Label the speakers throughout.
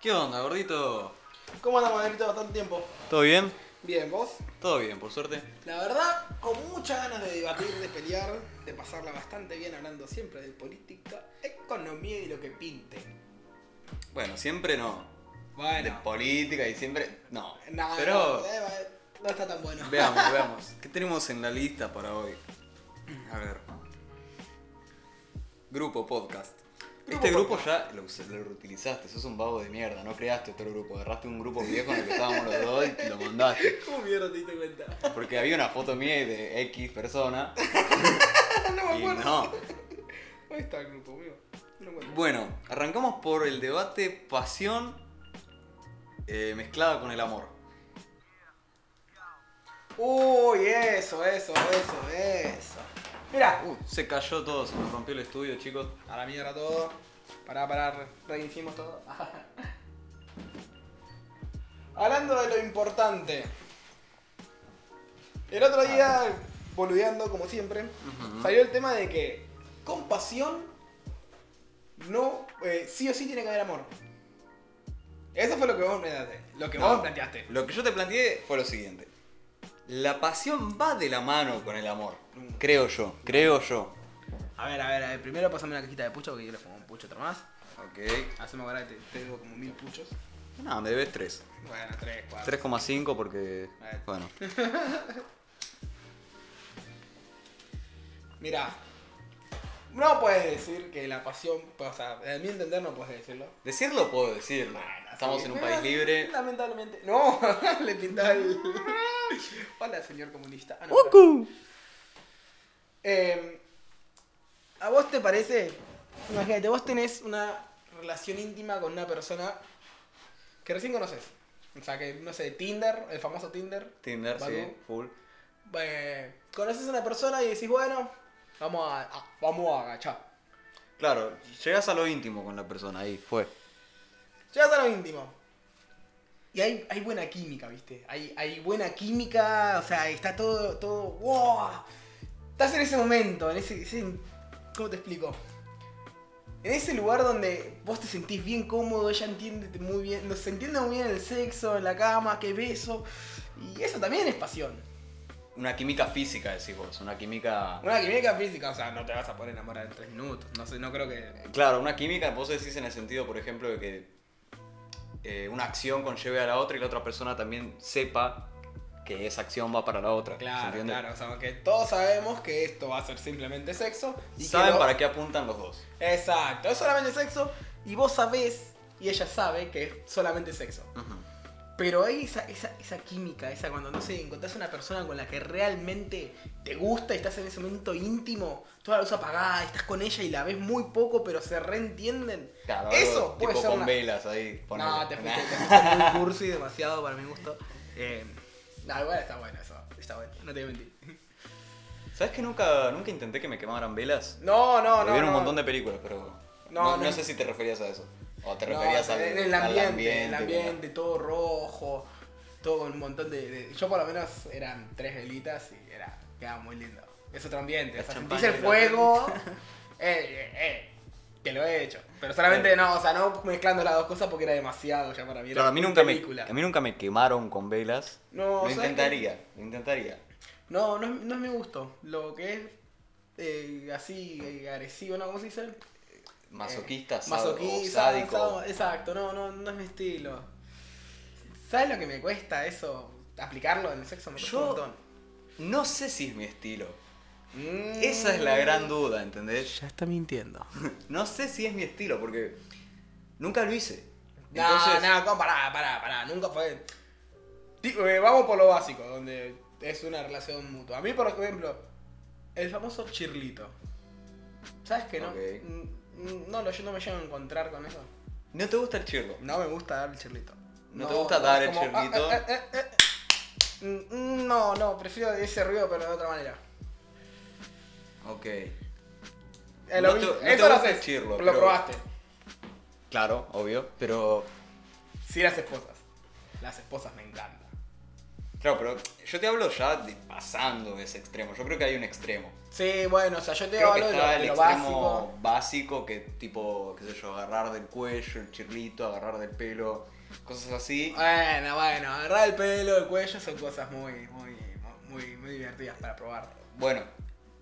Speaker 1: ¿Qué onda, gordito?
Speaker 2: ¿Cómo andamos, Negrito? Bastante tiempo.
Speaker 1: ¿Todo bien?
Speaker 2: Bien, ¿vos?
Speaker 1: Todo bien, por suerte.
Speaker 2: La verdad, con muchas ganas de debatir, de pelear, de pasarla bastante bien hablando siempre de política, economía y lo que pinte.
Speaker 1: Bueno, siempre no. De
Speaker 2: Bueno,
Speaker 1: política y siempre. No.
Speaker 2: nada,
Speaker 1: Pero
Speaker 2: no, eh, no está tan bueno.
Speaker 1: veamos, veamos. ¿Qué tenemos en la lista para hoy? A ver. Grupo podcast. este grupo ya lo, us- lo reutilizaste, sos un vago de mierda, no creaste otro grupo, agarraste un grupo viejo en el que estábamos los dos y lo mandaste.
Speaker 2: ¿Cómo mierda te diste cuenta?
Speaker 1: Porque había una foto mía y de X persona
Speaker 2: no me
Speaker 1: y
Speaker 2: acuerdo.
Speaker 1: no.
Speaker 2: ¿Dónde está el grupo, amigo? No me acuerdo.
Speaker 1: Bueno, arrancamos por el debate pasión eh, mezclada con el amor.
Speaker 2: Uy, eso, eso, eso, eso. Mira,
Speaker 1: Uh, se cayó todo, se nos rompió el estudio, chicos.
Speaker 2: a la mierda todo. Pará, pará, re- reiniciemos todo. Hablando de lo importante. El otro día, boludeando como siempre, salió el tema de que con pasión no, eh, sí o sí tiene que haber amor. Eso fue lo que vos planteaste. Lo que
Speaker 1: No.
Speaker 2: vos planteaste.
Speaker 1: Lo que yo te planteé fue lo siguiente. La pasión va de la mano con el amor.
Speaker 2: Nunca.
Speaker 1: Creo yo, creo yo.
Speaker 2: A ver, a ver, a ver. Primero pasame una cajita de pucho porque yo le pongo un pucho otra más.
Speaker 1: Ok.
Speaker 2: Hacemos ahora que te, te debo como mil puchos.
Speaker 1: No, me debes 3.
Speaker 2: Bueno, tres, cuatro.
Speaker 1: 3,5 porque...
Speaker 2: Eh.
Speaker 1: Bueno.
Speaker 2: Mira, no puedes decir que la pasión, o sea, a mi entender no puedes decirlo.
Speaker 1: Decirlo puedo decirlo. Estamos
Speaker 2: Sí,
Speaker 1: en un
Speaker 2: pero
Speaker 1: país libre.
Speaker 2: Lamentablemente. No, le pinta el. Hola, señor comunista. Ah, no, Eh, ¿A vos te parece? Imagínate, vos tenés una relación íntima con una persona que recién conoces. O sea, que no sé, Tinder, el famoso Tinder.
Speaker 1: Tinder, sí,
Speaker 2: Badu.
Speaker 1: full.
Speaker 2: Eh, conoces a una persona y decís, bueno, vamos a, a- vamos a agachar.
Speaker 1: Claro, llegas a lo íntimo con la persona, ahí fue.
Speaker 2: Llegas a lo íntimo. Y hay, hay buena química, ¿viste? Hay, hay buena química, o sea, está todo, todo, wow. Estás en ese momento, en ese, ese- ¿Cómo te explico? En ese lugar donde vos te sentís bien cómodo, ella entiende muy bien, nos entiende muy bien el sexo, en la cama, qué beso. Y eso también es pasión.
Speaker 1: Una química física, decís vos. Una química...
Speaker 2: Una química física, o sea, no te vas a poner enamorada en tres minutos. No sé, no creo que...
Speaker 1: Claro, una química, vos decís en el sentido, por ejemplo, de que eh, una acción conlleve a la otra y la otra persona también sepa que esa acción va para la otra. ¿se
Speaker 2: Claro,
Speaker 1: entiende?
Speaker 2: claro, o sea, que todos sabemos que esto va a ser simplemente sexo. Y
Speaker 1: Saben
Speaker 2: que lo-
Speaker 1: para qué apuntan los dos.
Speaker 2: Exacto, es solamente sexo y vos sabés y ella sabe que es solamente sexo. Pero hay esa, esa, esa química, esa cuando no sé, encontrás una persona con la que realmente te gusta y estás en ese momento íntimo, toda la luz apagada, estás con ella y la ves muy poco, pero se reentienden.
Speaker 1: Claro,
Speaker 2: Eso
Speaker 1: algo
Speaker 2: puede
Speaker 1: tipo
Speaker 2: ser
Speaker 1: con
Speaker 2: una-
Speaker 1: velas ahí.
Speaker 2: No,
Speaker 1: ponele.
Speaker 2: te fuiste, te fuiste muy cursi demasiado para mi gusto. Eh, nah, igual está bueno eso, está bueno, no te voy a mentir.
Speaker 1: ¿Sabes que nunca, nunca intenté que me quemaran velas?
Speaker 2: No, no,
Speaker 1: Lo
Speaker 2: no.
Speaker 1: vi en
Speaker 2: no.
Speaker 1: un montón de películas, pero
Speaker 2: No,
Speaker 1: no,
Speaker 2: no.
Speaker 1: no sé si te referías a eso. O te
Speaker 2: No,
Speaker 1: referías al,
Speaker 2: en el
Speaker 1: al
Speaker 2: ambiente, en el
Speaker 1: ambiente,
Speaker 2: ambiente, todo rojo, todo con un montón de, de- Yo por lo menos eran tres velitas y era, quedaba muy lindo. Es otro ambiente,
Speaker 1: La
Speaker 2: o sea,
Speaker 1: champaña
Speaker 2: sentís el
Speaker 1: y la-
Speaker 2: fuego. eh, eh, eh, que lo he hecho. Pero solamente no, o sea, no mezclando las dos cosas porque era demasiado ya para mí. Era
Speaker 1: Claro, a mí, nunca me,
Speaker 2: película.
Speaker 1: a mí nunca me quemaron con velas.
Speaker 2: No,
Speaker 1: lo
Speaker 2: ¿sabes qué?
Speaker 1: intentaría, lo intentaría.
Speaker 2: No, no es, no es mi gusto. Lo que es eh, así eh, agresivo, ¿no? ¿Cómo se dice?
Speaker 1: Masoquista, sádico,
Speaker 2: Eh, masoquista,
Speaker 1: sádico.
Speaker 2: sádico, Exacto, no, no, no es mi estilo. ¿Sabes lo que me cuesta eso? Aplicarlo en el sexo me cuesta
Speaker 1: Yo-
Speaker 2: un montón.
Speaker 1: No sé si es mi estilo.
Speaker 2: Mm.
Speaker 1: Esa es la gran duda, ¿entendés?
Speaker 2: Ya está mintiendo.
Speaker 1: No sé si es mi estilo, porque nunca lo hice.
Speaker 2: No, no, no, pará, pará, pará. Nunca fue. Ti- eh, vamos por lo básico, donde es una relación mutua. A mí, por ejemplo, el famoso chirlito. ¿Sabes que no?
Speaker 1: Ok.
Speaker 2: Mm, mm, No, lo- yo no me llevo a encontrar con eso.
Speaker 1: ¿No te gusta el chirlo.
Speaker 2: No me gusta dar el chirlito.
Speaker 1: ¿No te gusta dar el
Speaker 2: es como,
Speaker 1: chirlito?
Speaker 2: "Ah, ah, ah, ah". Mm, mm, No, no, prefiero ese ruido, pero de otra manera.
Speaker 1: Ok.
Speaker 2: Eh,
Speaker 1: No
Speaker 2: lo vi-
Speaker 1: te- no te
Speaker 2: eso lo
Speaker 1: gusta el
Speaker 2: haces,
Speaker 1: chirlo,
Speaker 2: lo
Speaker 1: pero-
Speaker 2: probaste.
Speaker 1: Claro, obvio, pero
Speaker 2: Sí, las esposas. Las esposas me encantan.
Speaker 1: Claro, pero yo te hablo ya de pasando ese extremo. Yo creo que hay un extremo.
Speaker 2: Sí, bueno, o sea, yo te
Speaker 1: Creo que
Speaker 2: hablo de lo,
Speaker 1: está
Speaker 2: de
Speaker 1: el
Speaker 2: lo
Speaker 1: extremo
Speaker 2: básico.
Speaker 1: básico. que tipo, qué sé yo, agarrar del cuello, el chirrito, agarrar del pelo, cosas así.
Speaker 2: Bueno, bueno, agarrar el pelo, el cuello son cosas muy, muy, muy, muy divertidas para probar.
Speaker 1: Bueno,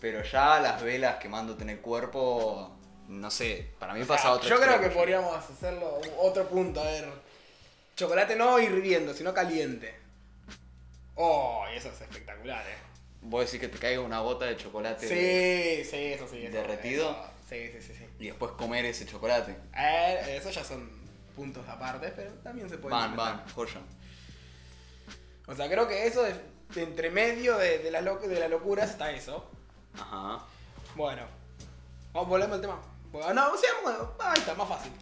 Speaker 1: pero ya las velas quemándote en el cuerpo, no sé, para mí pasa a otro
Speaker 2: Ah, yo creo
Speaker 1: extremo ya.
Speaker 2: que podríamos hacerlo u- otro punto, a ver. Chocolate no hirviendo, sino caliente. Oh, eso es espectacular, eh.
Speaker 1: Vos decís que te caiga una gota de chocolate
Speaker 2: Sí, sí, eso sí. Eso,
Speaker 1: ¿Derretido?
Speaker 2: eso. Sí, sí, sí, sí.
Speaker 1: y después comer ese chocolate.
Speaker 2: Eh, esos ya son puntos aparte, pero también se pueden.
Speaker 1: Van,
Speaker 2: implementar.
Speaker 1: van, joya.
Speaker 2: O sea, creo que eso, de, de entre medio de, de, las loc- de las locuras está eso.
Speaker 1: Ajá.
Speaker 2: Bueno, vamos, volvemos al tema. Bueno, no, sí, vamos, ahí está, más fácil.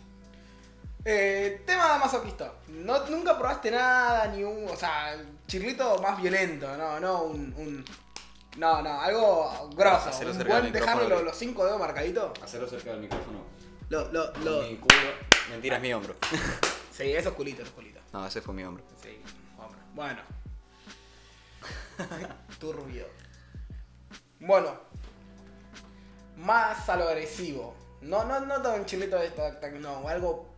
Speaker 2: Eh, tema masoquista. No, nunca probaste nada, ni un. O sea, chirlito más violento, no, no, un. un- no, no, algo grosso.
Speaker 1: Hacelo
Speaker 2: Un
Speaker 1: cerca
Speaker 2: buen
Speaker 1: del
Speaker 2: dejarle
Speaker 1: micrófono,
Speaker 2: los,
Speaker 1: Luis.
Speaker 2: los cinco dedos marcaditos.
Speaker 1: Hacerlo cerca del micrófono.
Speaker 2: Lo, lo, lo.
Speaker 1: Mi culo. Mentira, es mi hombro.
Speaker 2: Sí, esos culitos, esos culitos.
Speaker 1: No, ese fue mi hombro.
Speaker 2: Sí, hombre. Bueno. Turbio. Bueno. Más a lo agresivo. No, no, no tan chilito de esta, tan- no, algo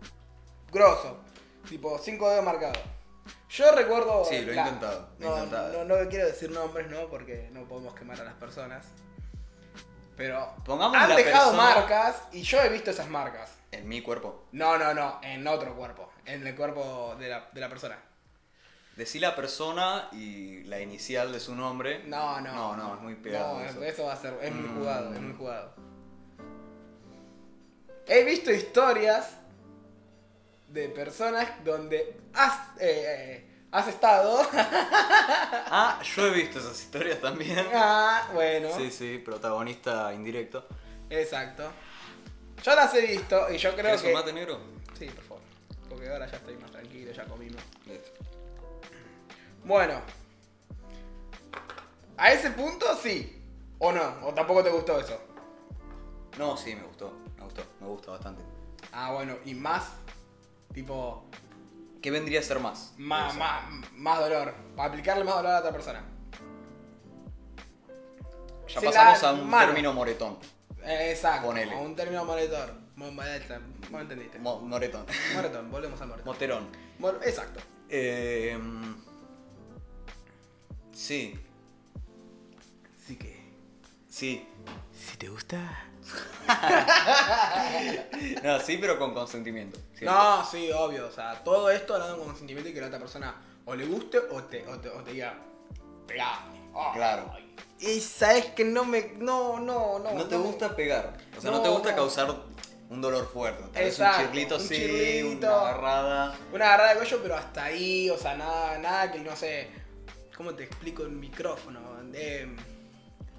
Speaker 2: grosso. Tipo, cinco dedos marcados. Yo recuerdo.
Speaker 1: Sí, lo he
Speaker 2: la-
Speaker 1: intentado, lo he
Speaker 2: No,
Speaker 1: intentado.
Speaker 2: no, no quiero decir nombres, ¿no? Porque no podemos quemar a las personas. Pero
Speaker 1: Pongamos
Speaker 2: han
Speaker 1: la
Speaker 2: dejado
Speaker 1: persona-
Speaker 2: marcas y yo he visto esas marcas.
Speaker 1: En mi cuerpo.
Speaker 2: No, no, no, en otro cuerpo. En el cuerpo de la, de la persona.
Speaker 1: Decí la persona y la inicial de su nombre.
Speaker 2: No, no.
Speaker 1: No, no, es muy pegado.
Speaker 2: No,
Speaker 1: eso.
Speaker 2: eso va a ser. Es muy
Speaker 1: Mm.
Speaker 2: jugado, es muy jugado. He visto historias de personas donde has, eh, eh, has estado.
Speaker 1: Ah, yo he visto esas historias también.
Speaker 2: ah, bueno.
Speaker 1: Sí, sí, protagonista indirecto.
Speaker 2: Exacto. Yo las he visto y yo creo
Speaker 1: ¿Quieres un
Speaker 2: que.
Speaker 1: mate negro?
Speaker 2: Sí, por favor. Porque ahora ya estoy más tranquilo, ya comimos.
Speaker 1: Listo.
Speaker 2: Bueno. A ese punto sí. O no. O tampoco te gustó eso.
Speaker 1: No, sí, me gustó. Me gustó, me gusta bastante.
Speaker 2: Ah, bueno. Y más. Tipo.
Speaker 1: ¿Qué vendría a ser más?
Speaker 2: Má-
Speaker 1: Eso.
Speaker 2: má- más, dolor. Para aplicarle más dolor a la otra persona.
Speaker 1: Ya
Speaker 2: se
Speaker 1: pasamos
Speaker 2: la
Speaker 1: a un
Speaker 2: mano.
Speaker 1: término moretón.
Speaker 2: Eh, Exacto.
Speaker 1: Ponele.
Speaker 2: o Un término moretón. Mo- moretón, ¿Me entendiste?
Speaker 1: Mo- moretón.
Speaker 2: Moretón, volvemos al moretón.
Speaker 1: Moterón.
Speaker 2: Mor- exacto.
Speaker 1: Eh, mm, sí,
Speaker 2: Así que,
Speaker 1: sí.
Speaker 2: si te gusta.
Speaker 1: No, sí, pero con consentimiento. siempre.
Speaker 2: No, sí, obvio. O sea, todo esto hablando con consentimiento y que la otra persona o le guste o te, o te, o te diga. Pegame. Ay.
Speaker 1: Claro.
Speaker 2: Y sabes que no me. No, no, no.
Speaker 1: No te gusta pegar. O sea, no,
Speaker 2: No,
Speaker 1: te gusta
Speaker 2: no.
Speaker 1: causar un dolor fuerte. Tal vez un
Speaker 2: Exacto,
Speaker 1: chirlito
Speaker 2: un
Speaker 1: así,
Speaker 2: chirlito.
Speaker 1: una agarrada.
Speaker 2: Una agarrada de cuello, pero hasta ahí, o sea, nada, nada que no sé. ¿Cómo te explico el micrófono? Eh,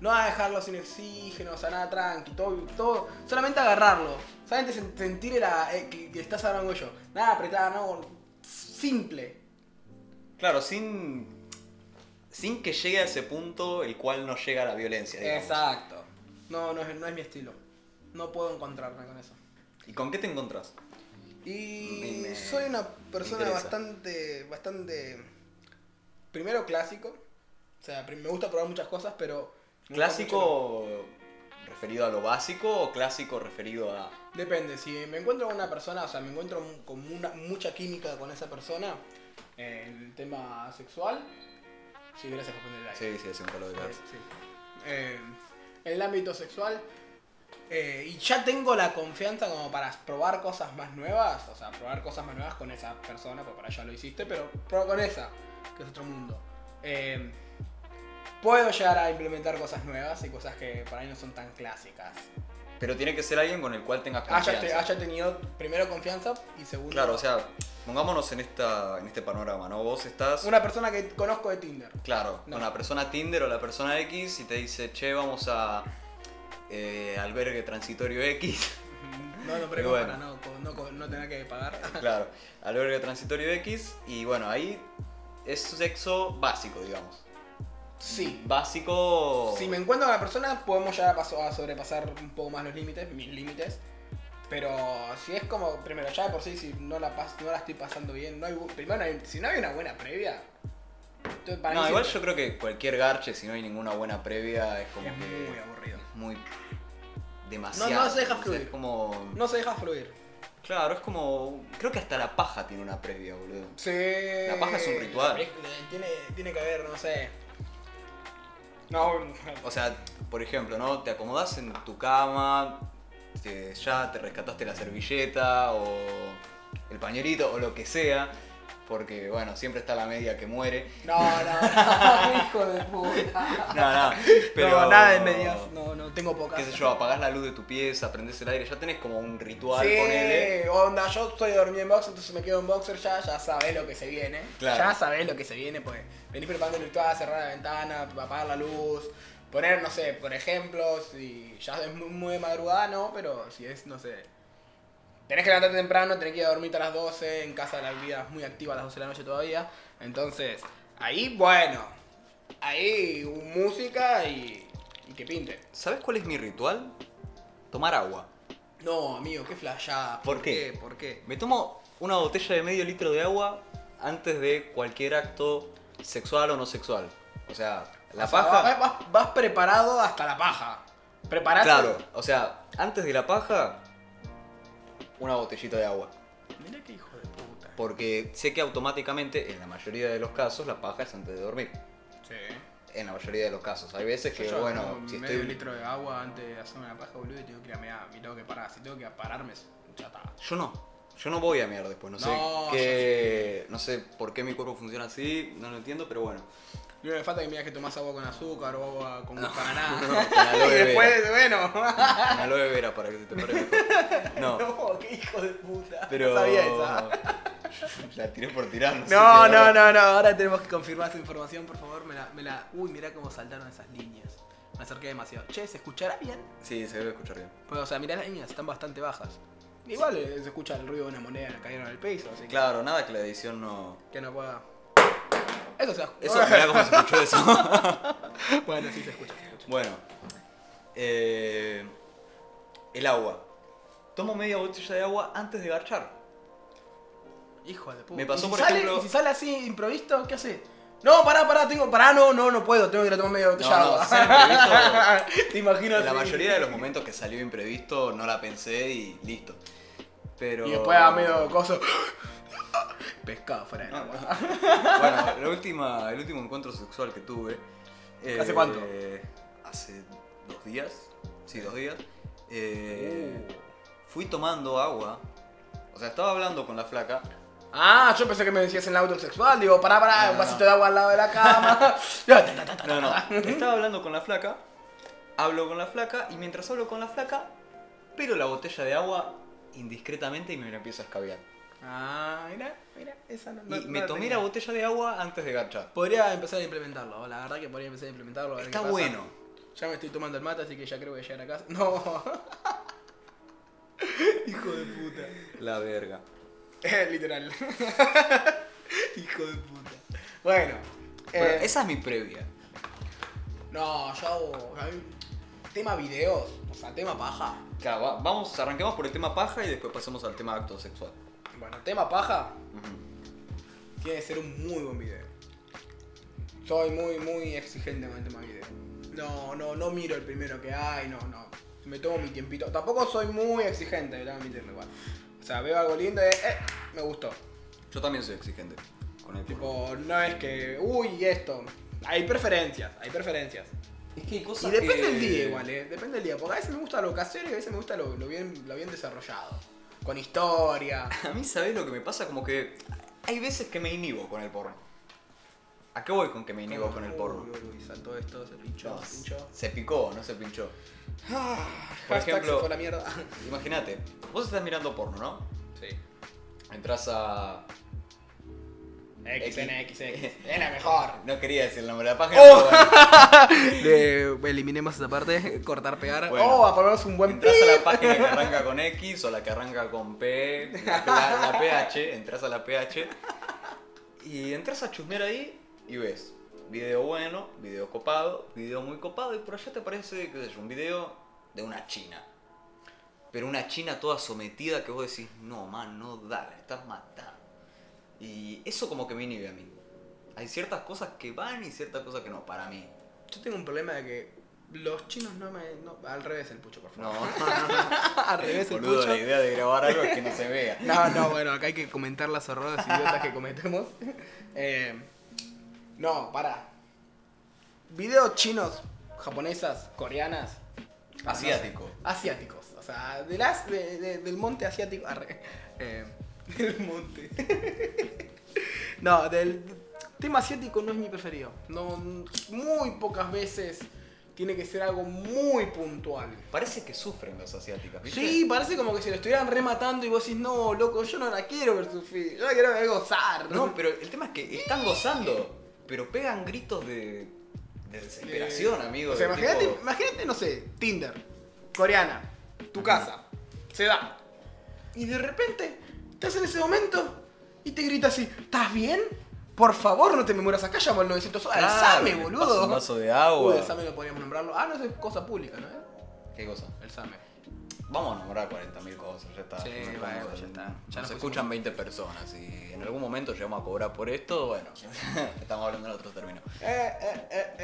Speaker 2: no a dejarlo sin oxígeno, o sea, nada tranqui, todo, todo solamente agarrarlo. Solamente sen- sentir el a- eh, que, que estás agarrando el cuello. Nada apretada, no. Simple.
Speaker 1: Claro, sin. Sin que llegue a ese punto el cual no llega a la violencia. digamos.
Speaker 2: Exacto. No, no es, no es mi estilo. No puedo encontrarme con eso.
Speaker 1: ¿Y con qué te encontrás?
Speaker 2: Y
Speaker 1: Me- me-
Speaker 2: soy una
Speaker 1: me
Speaker 2: persona
Speaker 1: interesa.
Speaker 2: bastante, bastante, primero clásico, o sea, prim- me gusta probar muchas cosas, pero... me gusta mucho
Speaker 1: ¿Clásico referido a lo básico o clásico referido a.?
Speaker 2: lo- Depende, si me encuentro con una persona, o sea, me encuentro mu- con una- mucha química con esa persona, eh, el tema sexual, sí, gracias por poner el like.
Speaker 1: Sí, sí, hace un calor de
Speaker 2: Eh,
Speaker 1: cabeza.
Speaker 2: sí. Eh, el ámbito sexual. eh, y ya tengo la confianza como para probar cosas más nuevas. O sea, probar cosas más nuevas con esa persona, porque para allá lo hiciste, pero prueba con esa, que es otro mundo. Eh, puedo llegar a implementar cosas nuevas y cosas que para mí no son tan clásicas.
Speaker 1: Pero tiene que ser alguien con el cual tengas
Speaker 2: Haya,
Speaker 1: confianza.
Speaker 2: te- haya tenido primero confianza y segundo.
Speaker 1: Claro, o sea, pongámonos en, esta, en este panorama, ¿no? Vos estás.
Speaker 2: Una persona que conozco de Tinder.
Speaker 1: Claro,
Speaker 2: No.
Speaker 1: con la persona Tinder o la persona X y te dice, che, vamos a eh, albergue transitorio X.
Speaker 2: No nombremos
Speaker 1: Y bueno.
Speaker 2: para no, co- no, co- no tener que pagar.
Speaker 1: claro, albergue transitorio X y bueno, ahí es sexo básico, digamos.
Speaker 2: Sí,
Speaker 1: Básico...
Speaker 2: Si me encuentro con la persona, podemos ya paso- a sobrepasar un poco más los límites, mis límites. Pero si es como, primero, ya de por sí, si no la, pas- no la estoy pasando bien, no hay, bu- primero, no hay- si no hay una buena previa, to- para
Speaker 1: no,
Speaker 2: mí
Speaker 1: igual
Speaker 2: siempre-
Speaker 1: yo creo que cualquier garche, si no hay ninguna buena previa, es como
Speaker 2: Es
Speaker 1: que.
Speaker 2: muy aburrido.
Speaker 1: es Muy. demasiado.
Speaker 2: No- no se deja
Speaker 1: o sea,
Speaker 2: fluir.
Speaker 1: Es como.
Speaker 2: No se deja fluir.
Speaker 1: Claro, es como. Creo que hasta la paja tiene una previa, boludo.
Speaker 2: Sí.
Speaker 1: La paja es un ritual.
Speaker 2: Tiene, tiene que haber, no sé. No,
Speaker 1: O sea, por ejemplo, ¿no? Te acomodás en tu cama, te- ya te rescataste la servilleta o el pañuelito o lo que sea, porque bueno, siempre está la media que muere.
Speaker 2: no, no, no, hijo de puta.
Speaker 1: No, no, pero
Speaker 2: no, nada de medias. No, no, tengo pocas.
Speaker 1: Qué sé yo, apagás la luz de tu pieza, prendés el aire, ya tenés como un ritual,
Speaker 2: Sí,
Speaker 1: ponele.
Speaker 2: onda, yo estoy dormido en boxer, entonces me quedo en boxer ya, ya sabés lo que se viene.
Speaker 1: Claro.
Speaker 2: Ya sabés lo que se viene, pues venís preparando el ritual, cerrar la ventana, apagar la luz, poner, no sé, por ejemplo, si ya es muy, muy de madrugada, no, pero si es, no sé, tenés que levantarte temprano, tenés que ir a dormir a las 12, en casa la vida es muy activa a las 12 de la noche todavía, entonces, ahí, bueno, ahí música y, y que pinte.
Speaker 1: ¿Sabés cuál es mi ritual? Tomar agua.
Speaker 2: No, amigo, qué flashada.
Speaker 1: ¿Por qué?
Speaker 2: ¿Por qué?
Speaker 1: Me tomo una botella de medio litro de agua antes de cualquier acto sexual o no sexual. O sea, la
Speaker 2: O sea,
Speaker 1: paja.
Speaker 2: va- va- vas, preparado hasta la paja. Preparate.
Speaker 1: Claro, o sea, antes de la paja, una botellita de agua.
Speaker 2: Mira qué hijo de puta.
Speaker 1: Porque sé que automáticamente, en la mayoría de los casos, la paja es antes de dormir.
Speaker 2: Sí.
Speaker 1: En la mayoría de los casos. Hay veces que,
Speaker 2: Yo ya
Speaker 1: bueno,
Speaker 2: tomo
Speaker 1: si
Speaker 2: medio
Speaker 1: estoy...
Speaker 2: litro de agua antes de hacerme la paja, boludo, y tengo que ir a mear. Y tengo que parar. Si tengo que pararme, ya está.
Speaker 1: Yo no. Yo no voy a mear después. No,
Speaker 2: No,
Speaker 1: sé qué... No sé por qué mi cuerpo funciona así, no lo entiendo, pero bueno.
Speaker 2: No me falta que me digas que tomás agua con azúcar o agua con
Speaker 1: No.
Speaker 2: guaraná.
Speaker 1: No, con aloe
Speaker 2: y después, bueno.
Speaker 1: Una aloe vera para que te pare mejor. No,
Speaker 2: no, qué hijo de puta.
Speaker 1: pero... ah,
Speaker 2: No sabía esa.
Speaker 1: La tiré por tirar. sé
Speaker 2: No,
Speaker 1: si
Speaker 2: no,
Speaker 1: ahora-
Speaker 2: no, no, ahora tenemos que confirmar esa información, por favor, me la, me la... Uy, mirá cómo saltaron esas líneas. Me acerqué demasiado. Che, ¿se escuchará bien?
Speaker 1: Sí, se debe escuchar bien.
Speaker 2: Pues, o sea, mirá las líneas, están bastante bajas. Igual eh, se escucha el ruido de una moneda que cayeron al piso, así que,
Speaker 1: Claro, nada que la edición no...
Speaker 2: que no pueda... Eso se
Speaker 1: Eso, mirá cómo se escuchó eso.
Speaker 2: bueno, sí se escucha, se escucha.
Speaker 1: Bueno, eh, el agua. Tomo media botella de agua antes de garchar.
Speaker 2: Hijo de puta.
Speaker 1: Me pasó,
Speaker 2: ¿Y si
Speaker 1: por
Speaker 2: sale,
Speaker 1: ejemplo-
Speaker 2: y si sale así, improvisto, ¿qué hace? No, pará, pará, tengo... Pará, no, no, no puedo, tengo que ir a tomar medio botella de
Speaker 1: no,
Speaker 2: agua.
Speaker 1: ser imprevisto-
Speaker 2: Te imagino
Speaker 1: En la
Speaker 2: así.
Speaker 1: mayoría de los momentos que salió imprevisto no la pensé y listo. Pero...
Speaker 2: Y después a medio coso... Pescado fuera del
Speaker 1: No,
Speaker 2: agua.
Speaker 1: no. Bueno, la última, el último encuentro sexual que tuve... eh,
Speaker 2: ¿Hace cuánto?
Speaker 1: Hace dos días. Sí, dos días. Eh,
Speaker 2: Uh.
Speaker 1: Fui tomando agua. O sea, estaba hablando con la flaca.
Speaker 2: Ah, yo pensé que me decías en el auto sexual. Digo, pará, pará,
Speaker 1: No,
Speaker 2: un
Speaker 1: no,
Speaker 2: vasito
Speaker 1: no.
Speaker 2: de agua al lado de la cama. Ya, ta, ta, ta, ta.
Speaker 1: No, no. Estaba hablando con la flaca. Hablo con la flaca y mientras hablo con la flaca, pero la botella de agua indiscretamente y me la empiezo a escabiar.
Speaker 2: ah, mira, mira, esa no.
Speaker 1: Y
Speaker 2: no- no
Speaker 1: me tomé la
Speaker 2: tenía.
Speaker 1: botella de agua antes de garchar.
Speaker 2: Podría empezar a implementarlo, la verdad que podría empezar a implementarlo. a ver
Speaker 1: Está
Speaker 2: qué pasa.
Speaker 1: bueno.
Speaker 2: Ya me estoy tomando el mate, así que ya creo que voy a llegar a casa. No. Hijo de puta.
Speaker 1: La verga.
Speaker 2: Eh, Literal. Hijo de puta. Bueno.
Speaker 1: Bueno,
Speaker 2: eh,
Speaker 1: esa es mi previa.
Speaker 2: No, yo hago. ay, Tema videos, o sea, tema paja.
Speaker 1: Claro, va- vamos, arranquemos por el tema paja y después pasemos al tema acto sexual.
Speaker 2: Bueno, tema paja.
Speaker 1: Ujú.
Speaker 2: tiene que ser un muy buen video. Soy muy, muy exigente con el tema video. No, no, no miro el primero que hay, no, no. Me tomo mi tiempito. Tampoco soy muy exigente, me tengo que admitirlo igual. O sea, veo algo lindo y eh, me gustó.
Speaker 1: Yo también soy exigente con el tipo.
Speaker 2: Tipo, no es que, uy, esto. Hay preferencias, hay preferencias.
Speaker 1: Es que hay
Speaker 2: Y
Speaker 1: cosas
Speaker 2: depende
Speaker 1: que-
Speaker 2: del día igual, eh. Depende del día. Porque a veces me gusta lo casero y a veces me gusta lo, lo bien, lo bien desarrollado. Con historia.
Speaker 1: A mí, ¿sabés lo que me pasa? Como que hay veces que me inhibo con el porno. ¿A qué voy con que me inhibo con el porno?
Speaker 2: Uy, uy, uy, saltó esto, se pinchó,
Speaker 1: No,
Speaker 2: Oh, se pinchó.
Speaker 1: Se picó, o no se pinchó.
Speaker 2: Por
Speaker 1: Por
Speaker 2: ejemplo,
Speaker 1: ejemplo-
Speaker 2: Ah, fue la mierda.
Speaker 1: Imagínate, vos estás mirando porno, ¿no?
Speaker 2: Sí.
Speaker 1: Entras a.
Speaker 2: XN, XN. Es la mejor.
Speaker 1: No quería decir el nombre de la página.
Speaker 2: Oh.
Speaker 1: pero bueno.
Speaker 2: eliminemos esa parte, cortar, pegar.
Speaker 1: Bueno.
Speaker 2: oh, a ponernos un buen
Speaker 1: Entras a la
Speaker 2: pip.
Speaker 1: página que arranca con X o la que arranca con P, la, la- la PH, entras a la PH y entras a chusmear ahí y ves video bueno, video copado, video muy copado y por allá te aparece, qué sé yo, un video de una china. Pero una china toda sometida que vos decís, no, man, no da, la estás matando. Y eso como que me inhibe a mí. hay ciertas cosas que van y ciertas cosas que no, para mí.
Speaker 2: Yo tengo un problema de que los chinos no me. no- al revés el pucho, por
Speaker 1: No,
Speaker 2: favor. al revés el
Speaker 1: boludo,
Speaker 2: pucho.
Speaker 1: la idea de grabar algo es que no se vea.
Speaker 2: No, no, bueno, acá hay que comentar las horroras idiotas que cometemos. Eh, no, para. Videos chinos, japonesas, coreanas. Ah,
Speaker 1: Asiático.
Speaker 2: asiáticos. O sea, de las, de- de- del monte asiático. arre, eh, del monte. no, del tema asiático no es mi preferido. No, muy pocas veces tiene que ser algo muy puntual.
Speaker 1: Parece que sufren los asiáticos, ¿viste?
Speaker 2: Sí, parece como que se lo estuvieran rematando y vos decís, no, loco, yo no la quiero ver sufrir, yo la quiero ver gozar.
Speaker 1: No, pero el tema es que están gozando, pero pegan gritos de, de desesperación,
Speaker 2: Eh,
Speaker 1: amigo.
Speaker 2: O sea,
Speaker 1: de
Speaker 2: imagínate,
Speaker 1: tipo-
Speaker 2: imagínate, no sé, Tinder, coreana, tu casa, se da. Y de repente estás en ese momento y te grita así, ¿estás bien? Por favor, no te me mueras acá, llamo al 900.
Speaker 1: Claro,
Speaker 2: ¡Alzame,
Speaker 1: le
Speaker 2: boludo!
Speaker 1: paso Un vaso de agua.
Speaker 2: Uy, el SAME lo podríamos nombrarlo. Ah, no, eso es cosa pública, ¿no?
Speaker 1: ¿Qué cosa?
Speaker 2: El SAME.
Speaker 1: Vamos a nombrar 40.000 cosas, ya está.
Speaker 2: Sí,
Speaker 1: No nos
Speaker 2: bueno,
Speaker 1: vamos a-
Speaker 2: ya está. Ya nos
Speaker 1: nos
Speaker 2: pusimos-
Speaker 1: escuchan 20 personas y en algún momento llegamos a cobrar por esto, bueno, estamos hablando en otro término.
Speaker 2: Eh, eh, eh,